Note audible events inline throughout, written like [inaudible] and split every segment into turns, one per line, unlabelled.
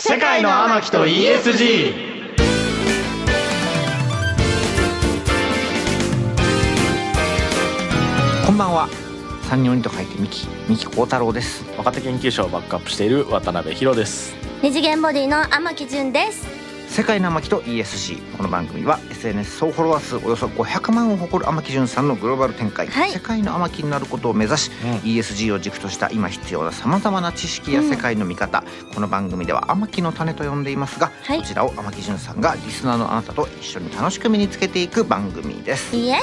世界の天木と ESG
こんばんは。産業にと書いてミキ、ミキ幸太郎です。
若手研究者をバックアップしている渡辺博です
二次元ボディの天木純です
世界の天木と ESG。この番組は SNS 総フォロワー数およそ500万を誇る天木潤さんのグローバル展開、
はい
世界の天木になることを目指し、
うん
ESG を軸とした今必要なさまざまな知識や世界の見方、この番組では天木の種と呼んでいますが、
はい
こちらを天木潤さんがリスナーのあなたと一緒に楽しく身につけていく番組です。
イエイ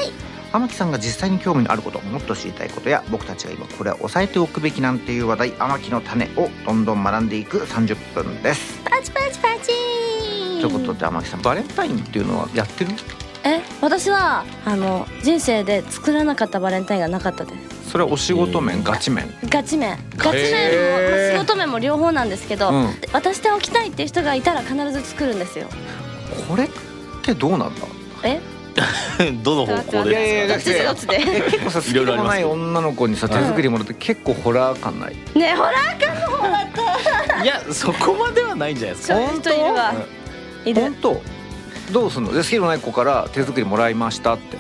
天木さんが実際に興味のあることもっと知りたいことや僕たちが今これは押さえておくべきなんていう話題「天木の種」をどんどん学んでいく30分です。
パチパチパチ
ということで天木さんバレンタインっていうのはやってる
え私はあの人生で作らなかったバレンタインがなかったで
それはお仕事面、ガチ面
すガチ面ガチ面も、
へー
まあ仕事面も両方なんですけど、
うん
渡しておきたいっていう人がいたら必ず作るんですよ
これってどうなんだ
え
[laughs] どの方向
いや
で
どっちどっちで
え結構さ好き
いろいろ
で
あり
も
ま
な
す
い
よ
女の子にさ手作りもらって結構ホラー感ない
ねほら
いやそこまではないんじゃないです
そう
か
いう人いるわいる
本当どうすんので好きでもない子から手作りもらいましたって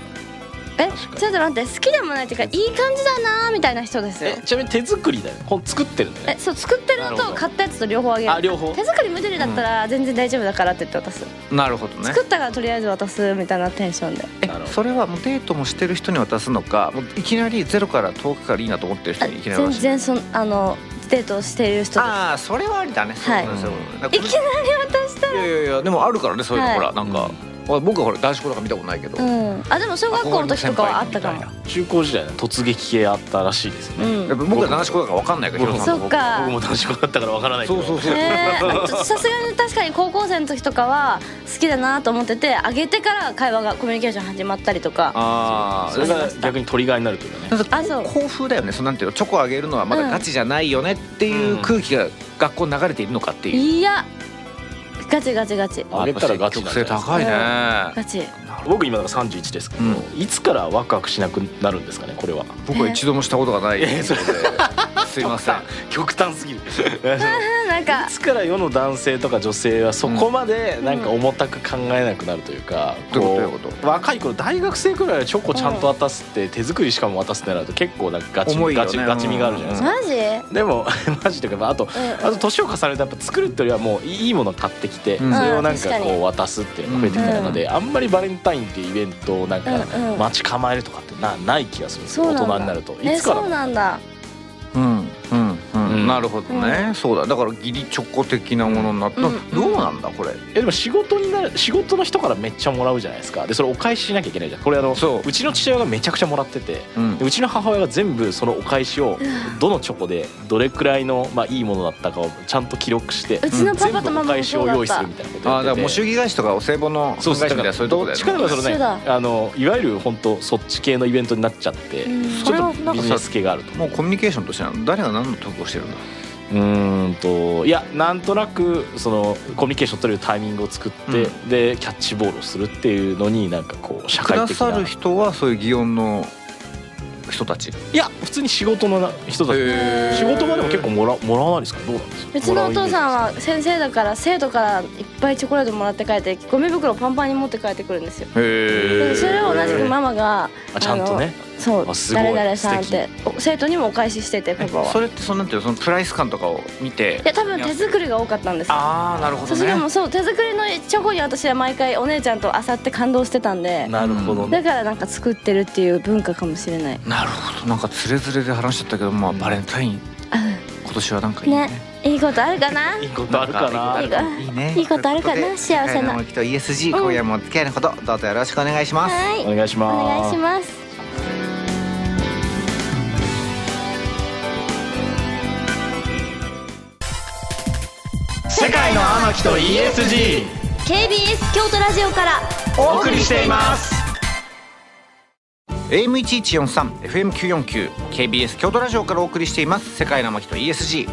え
確かに
ちょっと待って好きでもないっていうかいい感じだなーみたいな人ですよ
えちなみに手作りだよ本作ってるんだよ
え
ね
そう作ってる
なる
の
ほど
と買ったやつと両方あげ
あ
る
両方
手作り無理だったら全然大丈夫だからって言って渡す、
なるほどね
作ったからとりあえず渡すみたいなテンションで
え
なるほど
それはもうデートもしてる人に渡すのかもういきなりゼロから遠くからいいなと思ってる人
あ
にいきなり
全
渡す
然そんあのデートをしている人で
ああそれはありだね
はい
そういうことねそういうことねだから
すいきなり渡した
いやいやいやでもあるからねそういうの
はい
ほらなんか僕はほら男子校とか見たことないけど
うんあでも小学校の時とかはあったかも
やっ
中高時代の突撃系あったらしいですよ
う
ね
ん
ぱ僕は男子校だから分かんないからヒロさん
そ
と
っか
僕も男子校だったからわからないけど
そうそうそ
[laughs]
う
えーちょさすがに確かに高校生の時とかは好きだなと思っててあげてから会話がコミュニケーション始まったりとか
あ
そ
あ
れが逆にトリガーになるというかね
あそう
幸福だよねそのなんていうのチョコあげるのはまだガチじゃないよねっていう空気が学校に流れているのかっていう
いやガチガチガチ
うんあげたらガチなん
曲
じゃない
性
ですか
高いね
ガチ
僕今だから31ですけど、
う
いつからワクワクしなくなるんですかねこれは
僕は一度もしたことがないの
え
で
ー
すいません
極端 [laughs] すぎる
うん [laughs] なん
い
か
つから世の男性とか女性はそこまでなんか重たく考えなくなるというか、
どういう
こ
ことどういうこと
若い頃大学生くらいはチョコちゃんと渡すって手作りしかも渡すってなると結構なんかガチ、
重いよね
ガチガチみがあるじゃないですか、
マジ
でも [laughs] マジというかまああと
うんうん
あと年を重ねるとやっぱ作るっていうよりはもういいものを買ってきて、
うん
それをなん
確
か
か
こう
に
渡すっていうのが増えてきた中で、あんまりバレンタインっていうイベントをなんか
うんうん
待ち構えるとかってなない気がするんですよ
そう
大
なん
人にな
だ
るとい
え
つから
そう
も
なんだ
うんうんう、
うんん
なるほどね、
う
そうだだから義理チョコ的なものになった、
うん
どうなんだこれ
えでも仕事になる仕事の人からめっちゃもらうじゃないですかでそれお返ししなきゃいけないじゃんこれあの
そう
ちの父親がめちゃくちゃもらってて
うん
でうちの母親が全部そのお返しをどのチョコでどれくらいの、まあ、いいものだったかをちゃんと記録して
うちのパ
全部
パとマ
お
マも
返し
そ
を
うだ
用
っ
意す
た
るみたいなこと
あ
を
あだ
やって
からもう
て
祝儀返しとかお歳暮の
そう
お
そう
返し
だか
みたいな
ら
そういうとこ
ど
だ
っ
よ
ち
ね
かというとそ
一
れ
緒
ね
だ
あのいわゆる本当そっち系のイベントになっちゃって、
うん
ちょっ
それは
と
なん
ビ
か
ジ
さ
ネス系があると
もうコミュニケーションとしてなの誰が何の得をしてるんだ
うーんといやなんとなくそのコミュニケーション取れるタイミングを作って、
う
でキャッチボールをするっていうのになんかこう社
く
会
だ
的
さ
な
る人はそういう祇園の人たち
いや普通に仕事のな人たち
へー
仕事場でも結構もらもらわないですかどうなんですか
うちのお父さん
もらうイメージですか
は先生だから生徒からいっぱいチョコレートもらって帰ってゴミ袋パンパンに持って帰ってくるんですよ
へ
それを同じくママが
あちゃんとね
あのそう
あすごい
誰々さんってお生徒にもお返ししててパパは
それってそのなんていうのそのプライス感とかを見て
いや多分手作りが多かったんです
ああなるほ
そ
ど
うそれも
ね
そう手作りのチョコに私は毎回お姉ちゃんと漁って感動してたんで
なるほどね
だからなんか作ってるっていう文化かもしれない
なるほどなんかつれづれで話しちゃったけどまあバレンタイン今年はなんかいいね
ねいいことあるかな
いいことあるかな
なんか
いいね
いいことあるかな
ということで
幸
世
せな
界の向きと ESG
うん
今夜もお付き合いのほどどうぞよろしくお願いします
はい
お願いし
お
ます
願いします
世界の天木と ESG
KBS 京都ラジオから
お送りしています
AM1143 FM949 KBS 京都ラジオからお送りしています世界の天木と ESG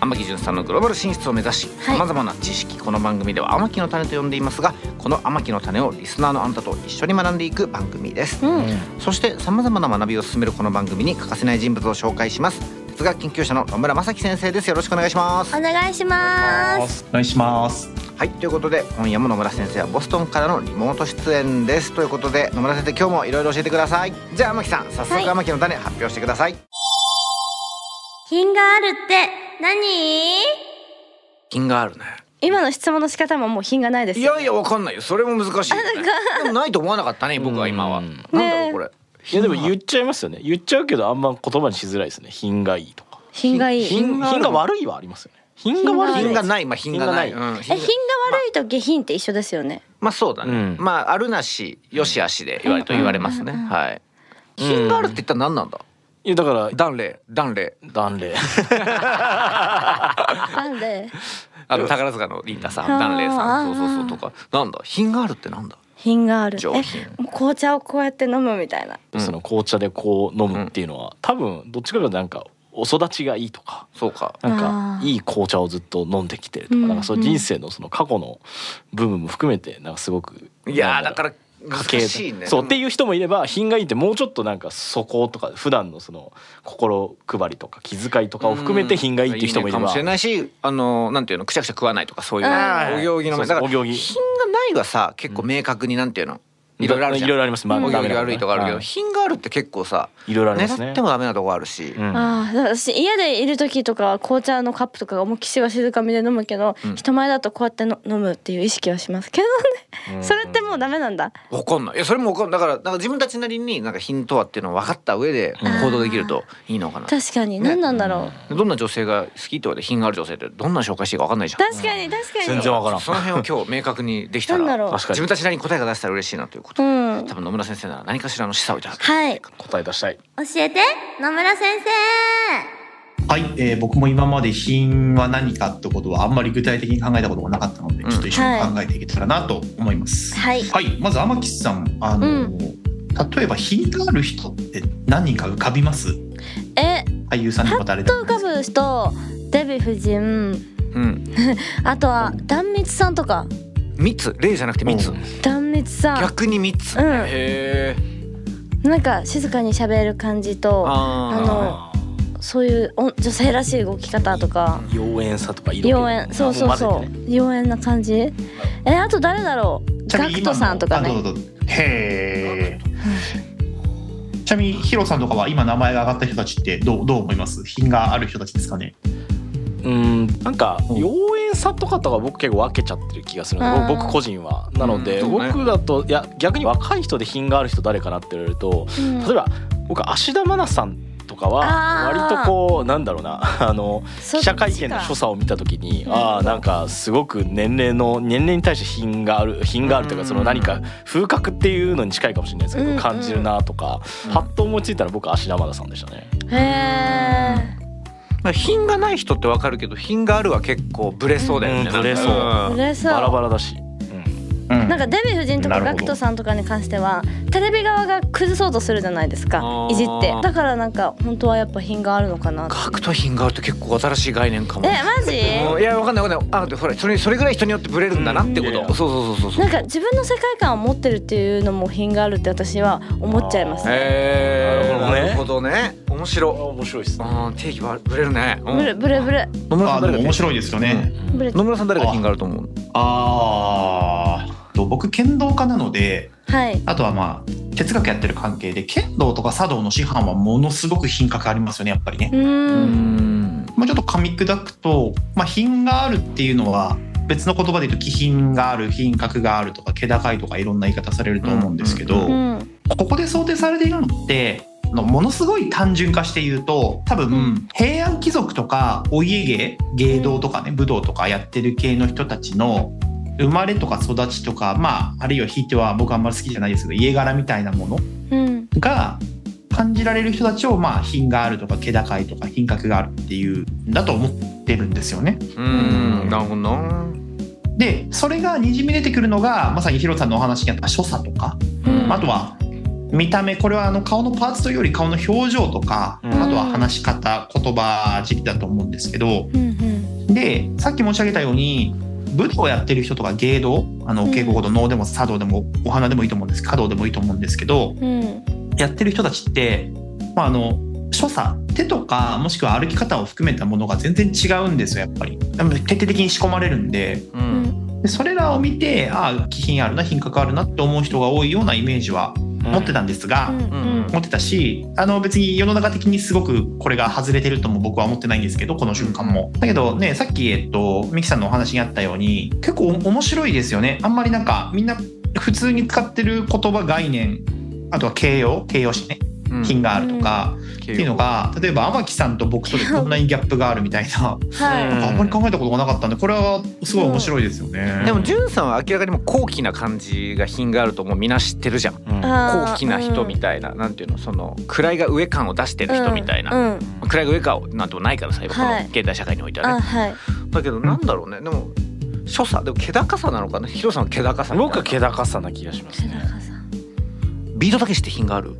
天木純さんのグローバル進出を目指し
はい
さまざまな知識この番組では天木の種と呼んでいますがこの天木の種をリスナーのあなたと一緒に学んでいく番組です
うん
そしてさまざまな学びを進めるこの番組に欠かせない人物を紹介します哲哲学研究者の野村正樹先生ですよろしくお願いします
お願いします
お願いします
はいということで今夜も野村先生はボストンからのリモート出演ですということで野村先生今日もいろいろ教えてくださいじゃあ天木さん早
はい
速天木の種発表してください、
品があるって何
品があるね
今の質問の仕方ももう品がないです
いやいやわかんないよそれも難しいよね、でもないと思わなかったね僕は今は、
うん
なんだろうこれ、
いやでも言っちゃいますよね言っちゃうけどあんま言葉にしづらいですね品がいいとか
品がいい
品
え
品が悪いはありますよね品が悪い
品がないまあ品がない
品が
うん
品が悪いと下品って一緒ですよね
まあそうだね、
うん
まああるなしよしあしで言われと言われますね、
うんうんうん
はい品があるって言ったら何なんだ
いやだから
断礼断礼
断礼
なんで
あの宝塚のリンダさん
うん
断礼さん
あー
そうそうそうとかなんだ品があるってなんだ
品がある
上
え
品
紅茶をこうやって飲むみたいな
うん
その紅茶でこう飲むっていうのは多分どっちかというとなんかお育ちがいいとか
そうか
なん
あ
か
ー
いい紅茶をずっと飲んできてると
うん
かなんかそういう人生のその過去の部分も含めてなんかすごく
いや
な
ーだ
ん
か
ろう
ら難しいね
そうっていう人もいれば品がいいってもうちょっとなんか素行とか普段のその心配りとか気遣いとかを含めて品がいいっていう人もいれ
いいのか
ば
もしれないしあのなんていうのくちゃくちゃ食わないとかそういう
あ
ー
お行儀の
そ
面
うそ
だ
う
から
お行儀
品がないはさ結構明確になんていうのいろいろあるじゃ
い
ん
ろいろありますまあ
お行
ダメ
儀
な
悪いとかあるけど
はい
品があるって結構さ
いろいろありますね
狙ってもダメなとこあるし
うん
ああだから私家でいる時とかは紅茶のカップとかが思いっきしは静かみで飲むけど、
うん
人前だとこうやっての飲むっていう意識はしますけどね、
うん
それってもうダメなんだ
わかんないいやそれもわかんないだからだから自分たちなりになんか品とはっていうのを分かった上で
うん
行動できるといいのかな
確かに
ね
何なんだろう、
どんな女性が好きってことで品がある女性ってどんな紹介していいかわかんないじゃん
確かに確かに
全然わからん
その辺を今日明 [laughs] 確にできたら
なんだろう
確かに
自分たちなりに答えが出せたら嬉しいなということ、
うん
多分野村先生なら何かしらの示唆をいただく
はい
答え出したい
教えて野村先生
はい、えー僕も今まで品は何かってことはあんまり具体的に考えたことがなかったので、
うん
ちょっと一緒に考えていけたらなと思います。
はい
はい、まず天木さん、あの
う
例えば品がある人って何人か浮かびます？
え
俳優さんとか誰で
と
もいい
浮
で
か
す
ぶ人デヴィ夫人
うん
あとは壇蜜さんとか
三つ例じゃなくて三つ、
うん
壇蜜さん
逆に三つ、
うん
へー
なんか静かに喋る感じとあ
あ
のそういうお女性らしい動き方とか
妖艶さとか色気
妖艶そうそう
も
そう
混ぜてね
妖艶な感じえあと誰だろう
ちな
ガ
み
ク
に今
ト
の
さんとか
あ
ね
どうぞどうぞへー。ちなみにヒロさんとかは今名前が挙がった人たちってどうどう思います？品がある人たちですかね？
うんなんか妖艶さとかとは僕結構分けちゃってる気がするの
あー
僕個人はなので、
うんそうね
僕だといや逆に若い人で品がある人誰かなって言われると
うん
例えば僕芦田愛菜さんとか
あ
は
ー
割とこうなんだろうな [laughs] あの
そっ
記
ちか
者会見の所作を見た時に
なるほど
ああーなんかすごく年齢の年齢に対して品がある品があるという
う
か
ん
その何か風格っていうのに近いかもしれないですけ
うん
ど感じるなとか
うん
パッと思いついたら僕は芦田愛菜さんでしたね。
へ
の品がない人ってわかるけど品があるは結構ブレそうだよね、
うんブレそう
ん
え嬉しそう
バラバラだし、うん
うん
なんかデヴィ夫人とか
なるほ
ガ
ど
クトさんとかに関してはテレビ側が崩そうとするじゃないです
あ
か
ー
いじってだからなんか本当はやっぱ品があるのかなっていう
格と品があるって結構新しい概念かも
えマ
もう
ジ
いやわかんないわかんないあでほらそれそれぐらい人によってブレるんだなってこ
うんいやい
と
や
そうそうそうそうそう
なんか自分の世界観を持ってるっていうのも品があるって私は思っちゃいますね
へー
なるほ
どね面
あー
白
面白いですね。
あー定義はブレるね、うん
ブレブレブレ
野村さ
あ
ん
で
誰
も
が
面白いですよね。
ブレ
野村さん誰が品があると思う
ああと僕剣道家なので
はい
あとはまあ哲学やってる関係で剣道とか茶道の師範はものすごく品格ありますよねやっぱりね
う。
う
ーん
ん
もうちょっと噛み砕くと、まあ、品があるっていうのは別の言葉で言うと気品がある品格があるとか気高いとかいろんな言い方されると思うんですけど、
うん
ここで想定されているのってあのものすごい単純化して言うと多分平安貴族とかお家芸芸道とかね武道とかやってる系の人たちの生まれとか育ちとかまああるいはひいては僕あんまり好きじゃないですけど家柄みたいなもの
うん
が感じられる人たちをまあ品があるとか気高いとか品格があるっていうんだと思ってるんですよね。
うんなるほどな
でそれがにじみ出てくるのがまさにヒロさんのお話にあった所作とか、
うん
あとは見た目これはあの顔のパーツというより顔の表情とか、
うん
あとは話し方言葉尻だと思うんですけど
うんうん
でさっき申し上げたように武道をやってる人とか芸道あの
うん
稽古ほど能でも茶道でもお花でもいいと思うんです華道でもいいと思うんですけど、
うん
やってる人たちって、まあ、あの所作手とかもしくは歩き方を含めたものが全然違うんですよやっぱりでも徹底的に仕込まれるんで
う、
うんん
でそれらを見てああ気品あるな品格あるなって思う人が多いようなイメージは持ってたんですが、
うん
うん
持ってたしあの別に世の中的にすごくこれが外れてるとも僕は思ってないんですけどこの瞬間も、だけどねさっきえっとミキさんのお話にあったように結構お面白いですよねあんまりなんかみんな普通に使ってる言葉概念あとは形容形容詞ね
うん
品があるとか、
って
っていうのが例えば天木さんと僕とでこんなにギャップがあるみたいな
はい
うん
あんまり考えたことがなかったんでこれはすごい面白いですよね。
でもじゅんさんは明らかにもう高貴な感じが品があるともうみんな知ってるじゃん
うん
あー
高貴な人みたいな、なんていうのその位が上感を出してる人みたいな、
うんうん
位が上感なんてもないからさ今この
はい
現代社会においては
あ
ね、
はい
だけどなんだろうねでも所作でも気高さなのかなヒロさんは気高さみたいな
僕は気高さな気がします
背
ね
中さん
ビートたけしって品がある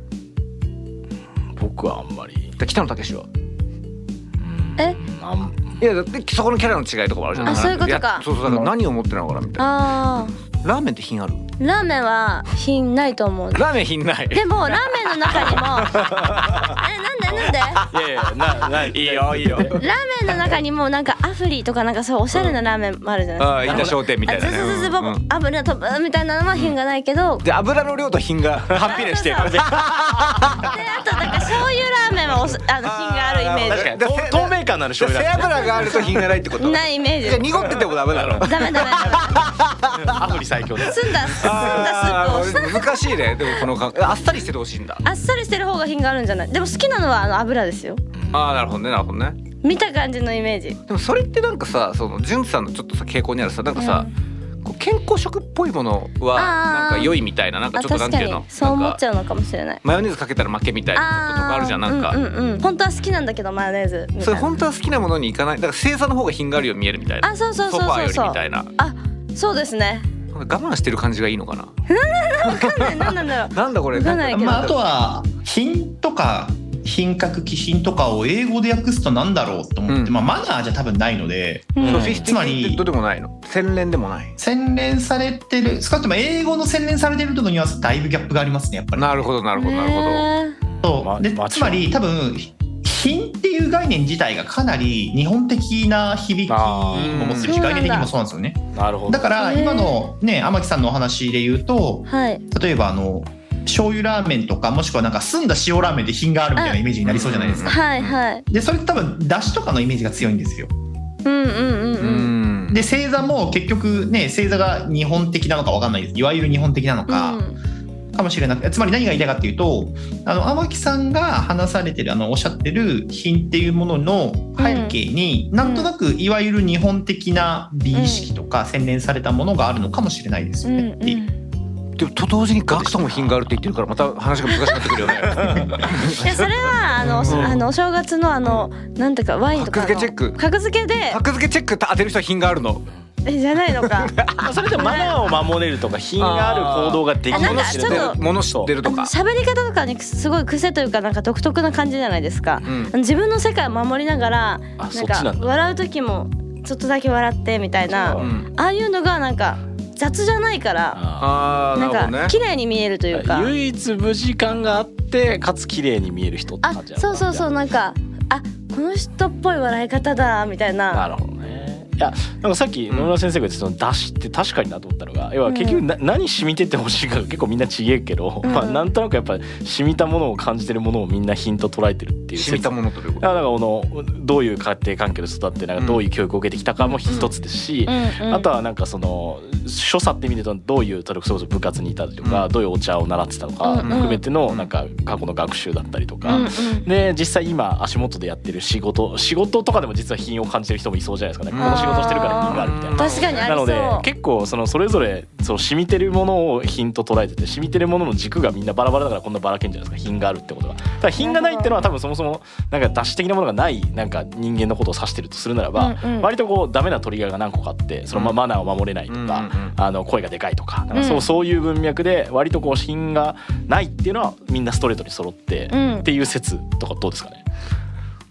僕はあんまり
で北野たけしは
うん
え
あん
いやだってそこのキャラの違いとかもあるじゃん
あ
そういうことか
やそうそうだから何を持ってなのかなみたいな
あ
ラーメンって品ある
ーラーメンは品ないと思う
ラーメン品ない
でもラーメンの中にもえなんでなん
いやいやなない
いいよいいよ
でラーメンの中にもなんかアフリとかなんかそうおしゃれなラーメンもあるじゃ
あ
な
あ
い
板
ですか
商店みたい
あ
な
ズ
ね
ズズズボ
うん
油飛ぶみたいなのは品がないけど、
で油の量と品
[laughs]
がハッピーネしてる確
であとなんか醤油ラーメンはおす
[laughs]
あの品があるイメ
確
ー
かにと透明感のある
背
醤
[laughs]
油だ
脂があると品がないってこ
ジ
と
ないイメ
じゃあ
ージ
濁っててもダメ
[laughs]
だろ
ダメダメ
アプリ最強です
澄んだ澄んだスープを
あー難しいねでもこの感覚あっさりしててほしいんだ
あっさりしてる方が品があるんじゃないでも好きなのはあの油ですよ
ああなるほどねなるほどね
見た感じのイメージ
でもそれってなんかさそのじゅんさんのちょっとさ傾向にあるさなんかさ、こう健康食っぽいものはなんか良いみたいななんか
あ
ちょっとなんて
確か
いう
に
の
そう思っち
なんか
ゃうのかもしれない
マヨネーズかけたら負けみたいなこととかあるじゃんなんか、
うんうんうん本当は好きなんだけどマヨネーズみたいな
それ本当は好きなものにいかないだから生産の方が品があるように見えるみたいな
あそうそう
ソ
そう
ファー
そ
よ
う
り
そう
みたいな
あそうですね
なんか我慢してる感じがいいのかな
わかんない何なんだろう
なんだこれ
わかんないけど
まあ、あとは品とか品格気品とかを英語で訳すとなんだろうと思って、
うん
まあ、マナーじゃ多分ないので
[laughs]
うん
そう
ソフィスティケイテッドでもないの洗練でもない
洗練されてる少なくとも英語の洗練されてるとのニュアンスだいぶギャップがありますねやっぱり。
なるほどなるほどなるほど
へー
そう
ま
で
間違い
つまり多分品っていう概念自体がかなり日本的な響きも持ってる
あ
し
ー
概念的にもそうなんですよね。
なるほど
だから
へー
今のね天木さんのお話で言うと
はい
例えばあの醤油ラーメンとかもしくはなんか澄んだ塩ラーメンで品があるみたいなイメージになりそうじゃないですか。
はいはい
でそれって多分だしとかのイメージが強いんですよ。
うん
う
うんうんうん
ん
で星座も結局ね星座が日本的なのかわかんないですいわゆる日本的なのかかもしれなくてつまり何が言いたいかっていうとあの天木さんが話されてるあのおっしゃってる品っていうものの背景に、なんとなくいわゆる日本的な美意識とか洗練されたものがあるのかもしれないです
う
よ
ん
ねっていう。
うん
でもと同時にガクトも品があるって言ってるからまた話が難しくなってくるよね
[laughs] いやそれはあのおしあのお正月のあのなんていうかワインとかの
格付けチェック
格付けで
格付けチェック当てる人は品があるの
えじゃないのか
まあそれでもマナーを守れるとか品がある行動ができる
あなんか
知
ちょっと
物知ってる
あ
と
の
か
喋り方とかにすごい癖というかなんか独特な感じじゃないですか
うん
自分の世界を守りながら
あ
な
そ
ん
っちな
か
んだ
笑う時もちょっとだけ笑ってみたい
そう
な
うん
ああいうのがなんか雑じゃないから
あ
ああな
な
るほど
ん
ね
か綺麗に見えるというか
ー唯一無事感があってかつ綺麗に見える人って
あ
感じなのか
そうそうそうなんかあこの人っぽい笑い方だみたい
な
な
るほどねいやなんかさっき野村先生が言ってたその出汁って確かになと思ったのが要は結局な、何染みてってほしいかが結構みんなちげえけど、
うん
まあ、なんとなくやっぱ染みたものを感じてるものをみんな品と捉えてるっていう
染みたものという
だ
こと
からなんかこのどういう家庭環境で育ってなんかどういう教育を受けてきたかも一つですし、
うんうん
あとはなんかその所作って見るとどういう例えばそれこそ部活にいたりとか、
うん
どういうお茶を習ってたのか
うんうん
含めての
うん
なんか過去の学習だったりと
う
か、
んうん
で実際今足元でやってる仕事仕事とかでも実は品を感じてる人もいそうじゃないですかね、
うん
この仕事してるから品があるみたいな。
確かにあ
な
りそ
の
う
で結構そのそれぞれそう染みてるものを品と捉えてて染みてるものの軸がみんなバラバラだからこんなばらけんじゃないですか品があるってことが。だから品がないっていうのは多分そもそもなんか脱脂的なものがないなんか人間のことを指してるとするならば、
うんうん
割とこうダメなトリガーが何個かあってそのま
うん
マナーを守れないと
う
か、
んうんうん
あの声がでかいとかなんか
うん
そう,、そういう文脈で割とこう品がないっていうのはみんなストレートに揃って、
うん
っていう説とかどうですかね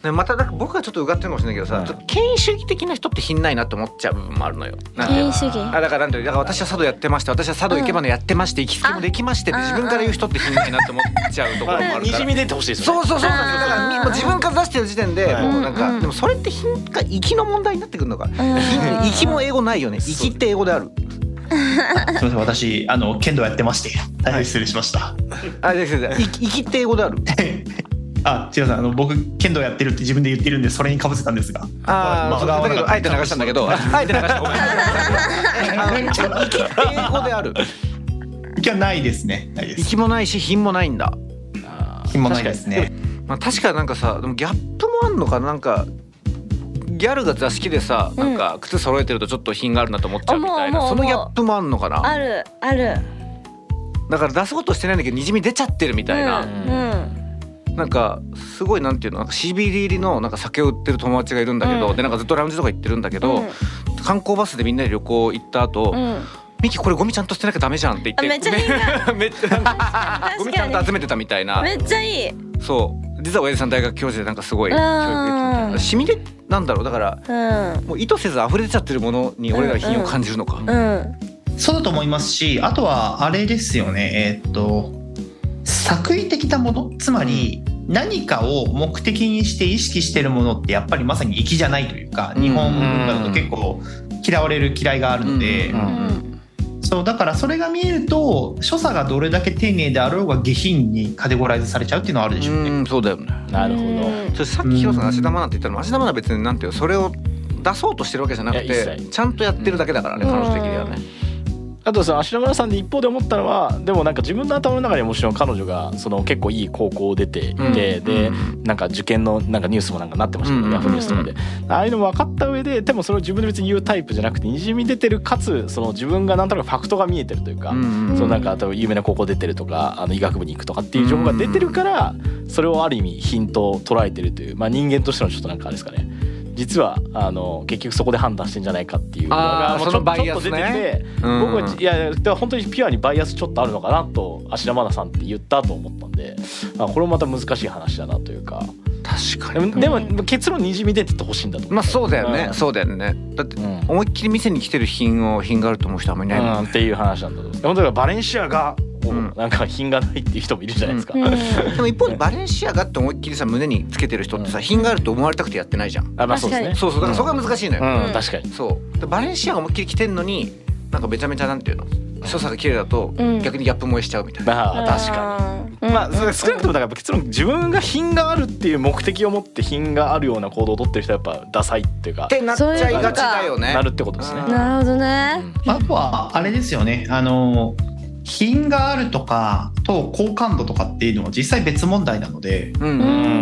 ねまたなんか僕はちょっとうがってるかもしれないけどさ、
はい
ちょっと権威主義的な人って品ないなと思っちゃう部分もあるのよ。なんていうの
権威主義
あだからなんていうだから私は佐渡やってました私は佐渡行けばのやってまして行きつけもできましてって
あ
自分から言う人って品ないなと思っちゃうとこ
[laughs] ま
ろもあ
あ、
る
に
か
じ
ら。
み出てほしいですよ
そ
ね
うそうそうなんですよだから
あー
みもう自分から出してる時点で
はい
もうなん
うん
か
うん
でもそれって品か行きの問題になってくるのか
うん
行きも英語ないよね行きって英語である
すみません私あの剣道やってまして大変失礼しました、
あ違う違う行き行きって英語である
あすいませんあの僕剣道やってるって自分で言ってるんでそれにかぶせたんですが
ああ、
まあ
そう
まあ
だけど、あえて流したんだけど、あえて流した。ごめんなさいあの生き英語である。
いやないですねないで
行
す
きもないし、品もないんだ。
あ
気もないですね
まあ、確かなんかさ、でもギャップもあんのかな、なんか。ギャルが座敷でさ、なんか靴揃えてると、ちょっと品があるなと思っちゃうみたいな、
思う
そ
思う
のギャップもあんのかな。
[laughs] あるある
だから出すことしてないんだけど、にじみ出ちゃってるみたいな。
うん
なんかすごいなんていうのなんか CBD 入りのなんか酒を売ってる友達がいるんだけど、
うん
でなんかずっとラウンジとか行ってるんだけど、観光バスでみんなで旅行行った後、
うんうん
ミキこれゴミちゃんと捨てなきゃダメじゃんって言って
あめっちゃいい
[laughs]
じ
ゃめっちゃなんか
[laughs] に
ゴミちゃんと集めてたみたいな
めっちゃいい
そう実は親父さん大学教授でなんかすごい
うん
教育できるみたいな染みでなんだろうだから
うん
もう意図せず溢れ出ちゃってるものに俺らは品を感じるのか、
うん
そうだと思いますしあとはあれですよねえーっと作為的なものつまり何かを目的にして意識してるものってやっぱりまさに粋じゃないというか
うん
日本文化だと結構嫌われる嫌いがあるので、
うん
うん
そうだからそれが見えると所作がどれだけ丁寧であろうが下品にカテゴライズされちゃうっていうのはあるでしょうね。
うんそうだよね
ーなるほど
うん
それさっきヒロさん足玉なんて言ったのも足玉は別になんていうのそれを出そうとしてるわけじゃなく
いや
て
一切
ちゃんとやってるだけだからね
うん
彼女的にはね
あとその芦村さんで一方で思ったのはでもなんか自分の頭の中にもちろん彼女がその結構いい高校を出てい
うん
て、で
う、ん
なんか受験のなんかニュースもなんかなってましたけど、
うん
ヤフーニュースとかで、ああいうのも分かった上ででもそれを自分で別に言うタイプじゃなくてにじみ出てるかつその自分がなんとなくファクトが見えてるというか、
うん
そのなんか多分有名な高校出てるとかあの医学部に行くとかっていう情報が出てるからそれをある意味ヒントを捉えてるという、まあ、人間としてのちょっとなんかあれですかね実はあの結局そこで判断してんじゃないかっていうのが
あー
もうち
そ
ょ
のバイ
ちょ
ア
っと
ス
出
ね
てきて、
うん
僕はいやでも本当にピュアにバイアスちょっとあるのかなと芦田愛菜さんって言ったと思ったんで、あ、これもまた難しい話だなというか
確
で
かに
もでも結論にじみ出てってほしいんだと思う
まあそうだよね
ん
そうだよねだって
うん
思いっきり店に来てる品を品があると思う人はあんまりいないも
う
んね
んっていう話なんだと思う本当にバレンシアがを
うん
なんか品がないっていう人もいるじゃないですか、
うん
[laughs] でも一方でバレンシアガって思いっきりさ胸につけてる人ってさ品があると思われたくてやってないじゃん
あまあそうですね
[laughs] そうそうだからそこが難しいの
う
よ、
ん、
うん
確かに
そうでバレンシアが思いっきり着てんのになんかめちゃめちゃなんていうの所作が綺麗だと
うん
逆にギャップ燃えしちゃうみたいな、
まあ確かに
に
まあそれ少なくともだから結論自分が品があるっていう目的を持って品があるような行動を取ってる人はやっぱダサいっていうか
ってなっちゃいがちだよね
なるってことですね
うん
なるほどね
あとはあれですよねあの品があるとかと好感度とかっていうのは実際別問題なので
う
うん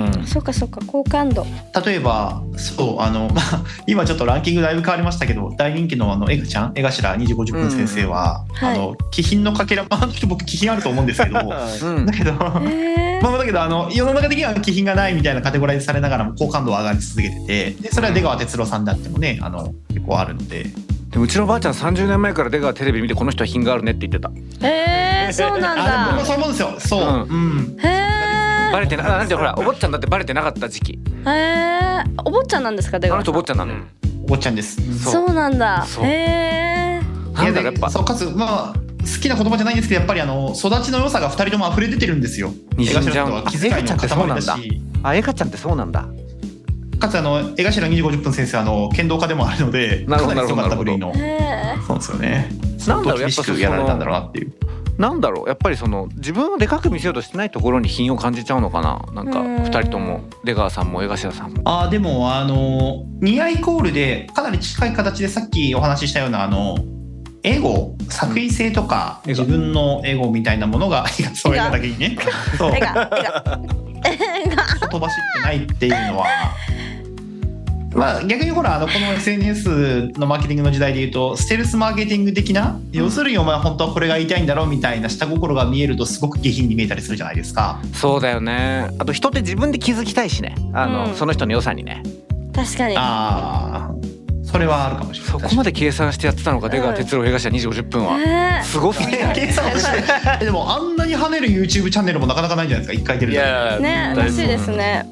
ん
んそっかそっか好感度
例えばそうあの、まあ、今ちょっとランキングだいぶ変わりましたけど大人気のあのエガちゃん江頭2 5 0分先生は、
うんはい
あの気品のかけら、まあ、あの人僕気品あると思うんです
[laughs]
けどだ
うん
けど。
へえ
まあ、だけどあの世の中的には気品がないみたいなカテゴライズされながらも好感度は上がり続けててでそれは出川哲朗さんであってもねあの結構あるので
でもうちのばあちゃん30年前から出川テレビ見てこの人は品があるねって言ってた
えーそうなん
あでも僕も
だ
そう思うんですよそう、
うん
うん
へえ
バレてななんてほらお坊ちゃんだってバレてなかった時期
へえお坊ちゃんなんですか出
あ
川
の
さ
人
ん
お坊ちゃんなのよ、
おっちゃんです。
そう
そうなんだ
そう
へえ
なんだろうや
いや
っ
で
ぱ
そうかつまあ好きな言葉じゃないんですけどやっぱりあの育ちの良さが二人とも溢れ出てるんですよ。
にじんじゃう
江頭とは気遣いの塊だ
あ江頭って
し。
あエカちゃんってそうなんだ
かつあの江頭二十五十分先生あの剣道家でもあるので、
なるほど
かなり強かった
なるほど
部類の
へ。え
そうですよね。
なんだろうやっ
厳
ぱ
し
そ
く
の
やられたんだろうなっていう。
なんだろうやっぱりその自分をでかく見せようとしてないところに品を感じちゃうのかななんか
うん
2人とも出川さんも江頭さんも
ああでもあの似合いイコールでかなり近い形でさっきお話ししたようなあの。エゴ作為性とか
うんエゴ
自分のエゴみたいな
[laughs]
ものがいやそういうのだけにねそう
絵
言
が絵が絵が
葉知ってないっていうのはまあ逆にほらあのこの SNS のマーケティングの時代で言うとステルスマーケティング的な要するにお前本当はこれが言いたいんだろうみたいな下心が見えるとすごく下品に見えたりするじゃないですか。
そうだよねあと人って自分で気づきたいしねあの、
うん
その人の良さにね
確かに
あーそれはあるかもしれない。
そ
[laughs]
こまで計算してやってたのか出川
うん
哲朗江頭2時50分は、
へえ
すごすぎ
確
な
かに
い
計算してでもあんなに跳ねる YouTube チャンネルもなかなかないじゃないですか一回出
[laughs]
る
い
だけで
や
ね
大
ら
丈
しいですね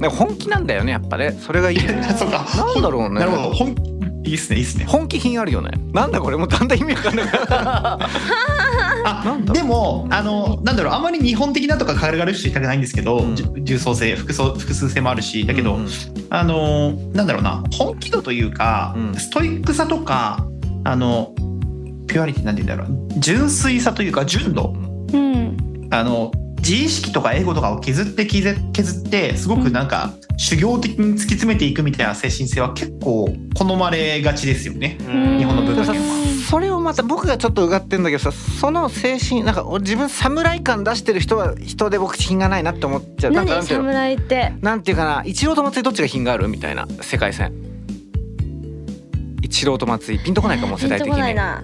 なんか本気なんだよねやっぱねそれがいいな
[laughs] そうか
んだろうね
なるほど本いいっすねいいっすね
本気品あるよねなんだこれもうだんだん意味わかんないな
あ
んだ
でもあのなんだろうあまり日本的なとか軽々しく言いたくないんですけど、
うん
じゅ重層性複層複数性もあるしだけど、
うんうん
あのなんだろうな本気度というか、
うん
ストイックさとかあのピュアリティなんて言うんだろう純粋さというか純度
うん
あの自意識とかエゴとかを削って削削ってすごくなんか修行的に突き詰めていくみたいな精神性は結構好まれがちですよね。
うん
日本の文
でもさ
化圏は
それをまた僕がちょっとうがってんだけどさその精神なんか俺自分侍感出してる人は人で僕品がないなって思っちゃうなんかなん
何
ていうの
侍って
なんていうかな一郎と松井どっちが品があるみたいな世界線一郎と松井ピンとこないかも世代
ピ
的
ンとこない
に。
な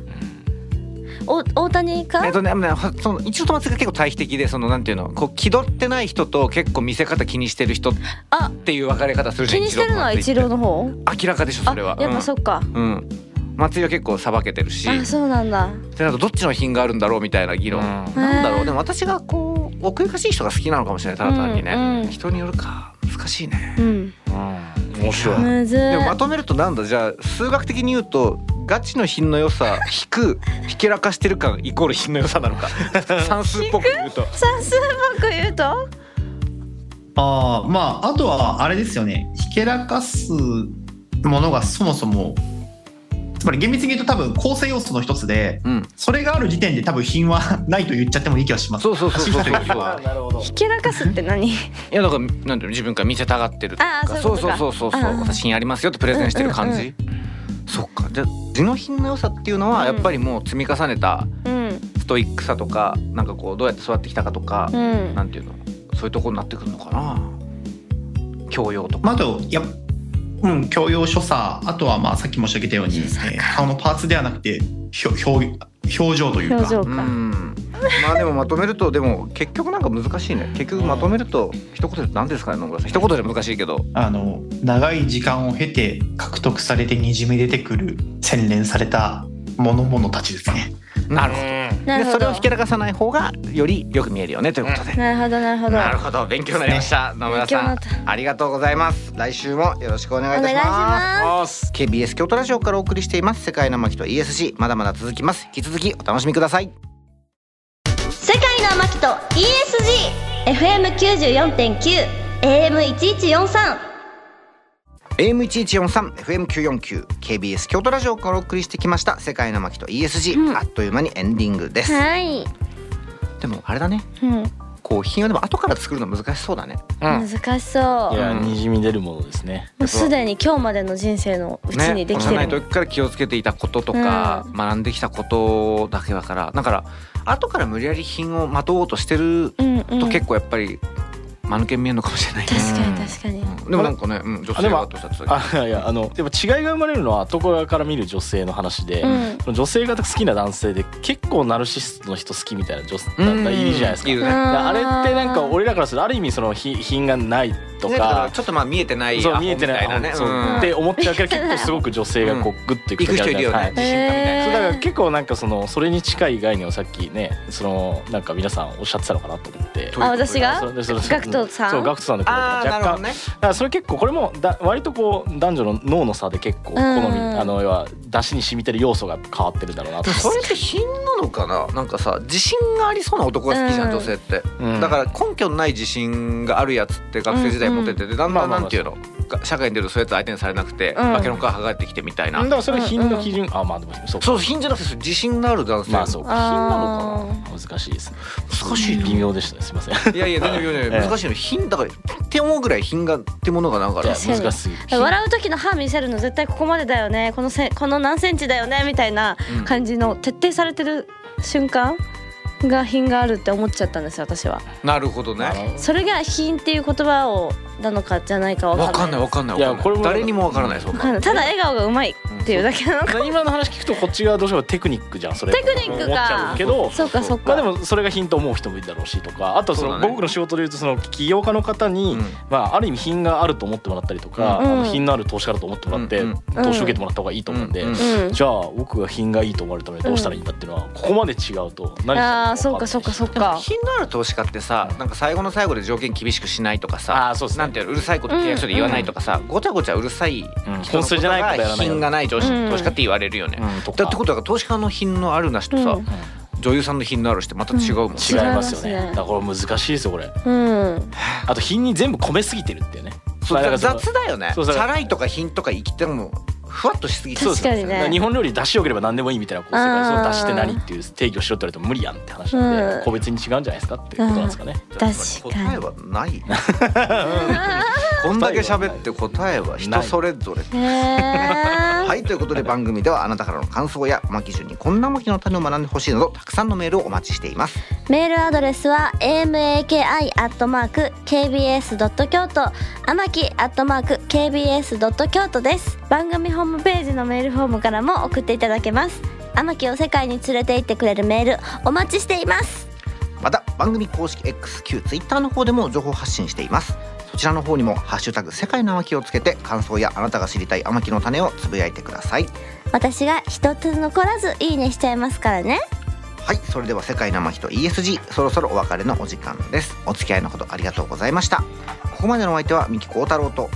お大谷か
えっとね、でもねほその一郎と松井が結構対比的でそのなんていうのこう気取ってない人と結構見せ方気にしてる人っ
あ
ていう分かれ方するじゃ
気
ん
にしてるのは一郎
と
の方
松井って明らかでしょ
あ
それは。
やっぱそっか
うん、うん松井は結構さばけてるし
あそうなんだ
ってなるとどっちの品があるんだろうみたいな議論、
うん
なんだろ
へ
う
ー
でも私がこう奥ゆかしい人が好きなのかもしれないただ単にね、
うんうん
人によるか難しいね
うん
うん面白い
むずい
でもまとめるとなんだじゃあ数学的に言うとガチの品の良さ
[laughs]
引くひけらかしてる感イコール品の良さなのか算数っぽく言うと
さすごく言うと
あーまああとはあれですよねひけらかすものがそもそもつまり厳密に言うと多分構成要素の一つで
うん
それがある時点で多分品はないと言っちゃってもいい気がします。
そうそうそうそう
[laughs]
そう
確かに
あなるほど
ひけらかすって何
いやだからなんていうの自分から見せたがってると
あ
か
ー
そ
そうういうこと
そうそ
か
うそうそう
あー
私にありますよってプレゼンしてる感じ、
うん
そっかじゃあ地の品の良さっていうのはやっぱりもう積み重ねた
うん
ストイックさとかなんかこうどうやって育ってきたかとか、
うん
なんていうのそういうところになってくるのかな教養とか、
まあ、あとやっうん、教養所作あとはまあさっき申し上げたように、えー顔のパーツではなくてひょ表表情というか
表情
う
か
んまあでもまとめるとでも結局なんか難しいね結局まとめると一言で何ですかね野村さん一言じゃ難しいけど
あの長い時間を経て獲得されてにじみ出てくる洗練された物々たちですね。
なるほ
な
どで
るほ
そ
ど
れをひけらかさない方がよりよく見えるよねということで、
なるほどなるほど
なるほど勉強になりました野村さ
勉
ん
強にな
ありがとうございます来週もよろしくお願いいた
お願
し
いし
ます
ま
あーす
KBS 京都ラジオからお送りしています世界の巻と ESC まだまだ続きます引き続きお楽しみください
す世界のマキと ESGFM94.9 AM1143
AM1143 FM949 KBS 京都ラジオからお送りしてきました世界の巻と ESG、
うん
あっという間にエンディングです、
はい、
でもあれだね
うん、
こう品はでも後から作るの難しそうだね
うん
難しそう
いや
うん
にじみ出るものですね
もうすでに今日までの人生のうちにできて
ね、幼
る
い時から気をつけていたこととか、
う
学んできたことだけだからだから後から無理やり品をまとおうとしてる
うんうん
と
確か
結構やっぱり間抜けに見えるのかもしれないね、
うん
に確かに
うんでもなんかね、うん、女性はどうしたって言ってたけ
あいやいやあのでも違いが生まれるのは男側から見る女性の話で、
うん
その女性が好きな男性で結構ナルシストの人好きみたいな女性
ど
だったらいるじゃないですか。
いる
で
ね
うん
あれってなんか俺らからするとある意味そのひ品がないと
ねだか
から
ちょっとまあ見えてない
そう
アホ
見えてない
みたいなね
そう
うん
って思っちゃうけど結構すごく女性がこ
う
うグッといく
行く人いるよ
は
ね
い
自信家みたいな
へ
そ
ー
うだから結構なんかそのそれに近い概念をさっきねそのなんか皆さんおっしゃってたのかなと思って。
どういうこと
あ私が
それでそれ
ガクトさん
そうガクトさんのこと
ああな
若
るほ
干
どね
だからそれ結構これもだ割とこう男女の脳の差で結構好み、
うん
あの要は出汁に染みてる要素が変わってるだろうなと
でもそれって品なのかななんかさ自信がありそうな男が好きじゃん、
うん
女性って、
うん
だから根拠のない自信があるやつって学生時代モテてて、だん
ま
だ
あ
ん
ま
な
あ
んていうの、が社会に出るとそういうやつ相手にされなくて、
うん
化けの皮剥がれてきてみたいな、
だからそれ品の基準、あまあでもそうか
そう品じゃなくて自信のある男性、
まあそうか品な
あー
のかな難しいですね
難しいね
微妙でしたねすい
[laughs]
ませんい
いやいや全然全然難しいの品だからって思うぐらい品がってものがなんか
や
ら
確かに
難しすぎる
笑う時の歯見せるの絶対ここまでだよねこのせこの何センチだよねみたいな
うん
感じの徹底されてる瞬間が品があるって思っちゃったんですよ私は
なるほど
あ
ね
の
それが品っていう言葉をなのかじゃないかわ
わ
か
か
ん
ん
な
ないいわかんないわか
いや
んない
これも
誰にもわからないそん
わかん
な
ないただ笑顔がうまいっていうだけなの
だから今の話聞くとこっち側どうしてもテクニックじゃんそれ
テクニック
思
か
っちゃうけど
そうかそう
まあで
か
もそれが品と思う人もいるだろうしとかあとそ
そ
の
うだね
僕の仕事でいうとその起業家の方に、
うん
まあ、ある意味品があると思ってもらったりとか、
うん
あの品のある投資家だと思ってもらって、
うんうん
投資を受けてもらった方がいいと思うんで、
うんうん
うん
じゃあ僕が品がいいと思われるためにどうしたらいいんだっていうのはここまで違うと何したらいいの
あ
わ
あそうかそうかそううか
品のある投資家ってさなんか最後の最後で条件厳しくしないとかさ
あーそうですね
なんなんていうのうるさいこと契約書で言わないとかさ、ごちゃごちゃうるさい
うん
人の
本筋じゃないことやらないよ
品がない投資
うん
投資家って言われるよね、
うんとか
だってことは投資家の品のあるなしとさ、
うん
女優さんの品のあるしってまた違うもん、ね
違いますよ
違い
ねだ
ますね
からこれ難しいですよこれ
うん
あと品に全部込めすぎてるっていうね
そう
だから
雑
その
雑だよねチ
そうそう
ャラいとか品とか生きてもふわっとしすぎて
確かに
だから
ね
日本料理出しよければ何でもいいみたいなこう世界そ
あー
の出しって何っていう定義をしろって言われても無理やんって話なん
うん
で個別に違うんじゃないですかっていうことなんですかね
確か
答え
に
は
[laughs]
ないこんだけ喋って答えは人それぞれ
へえ
はいということで番組ではあなたからの感想やマキ順にこんなマキの種を学んでほしいなどたくさんのメールをお待ちしています
メールアドレスは amaki.kbs.kyoto 天木 .kbs.kyoto です番組ホームページのメールフォームからも送っていただけます天木を世界に連れて行ってくれるメールお待ちしています
また番組公式 XQTwitter の方でも情報発信していますそちらの方にも「ハッシュタグ世界の天木」をつけて感想やあなたが知りたい天木の種をつぶやいてください
私が一つ残らずいいねしちゃいますからね
はいそれでは「世界の天木」と ESG そろそろお別れのお時間ですお付き合いのほどありがとうございましたここまでのお相手は三木幸太郎と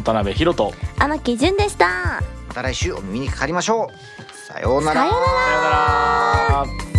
渡辺宏と
天木純でした
また来週お耳にかかりましょうさような
さ
さ
ら
ようなら
ようなら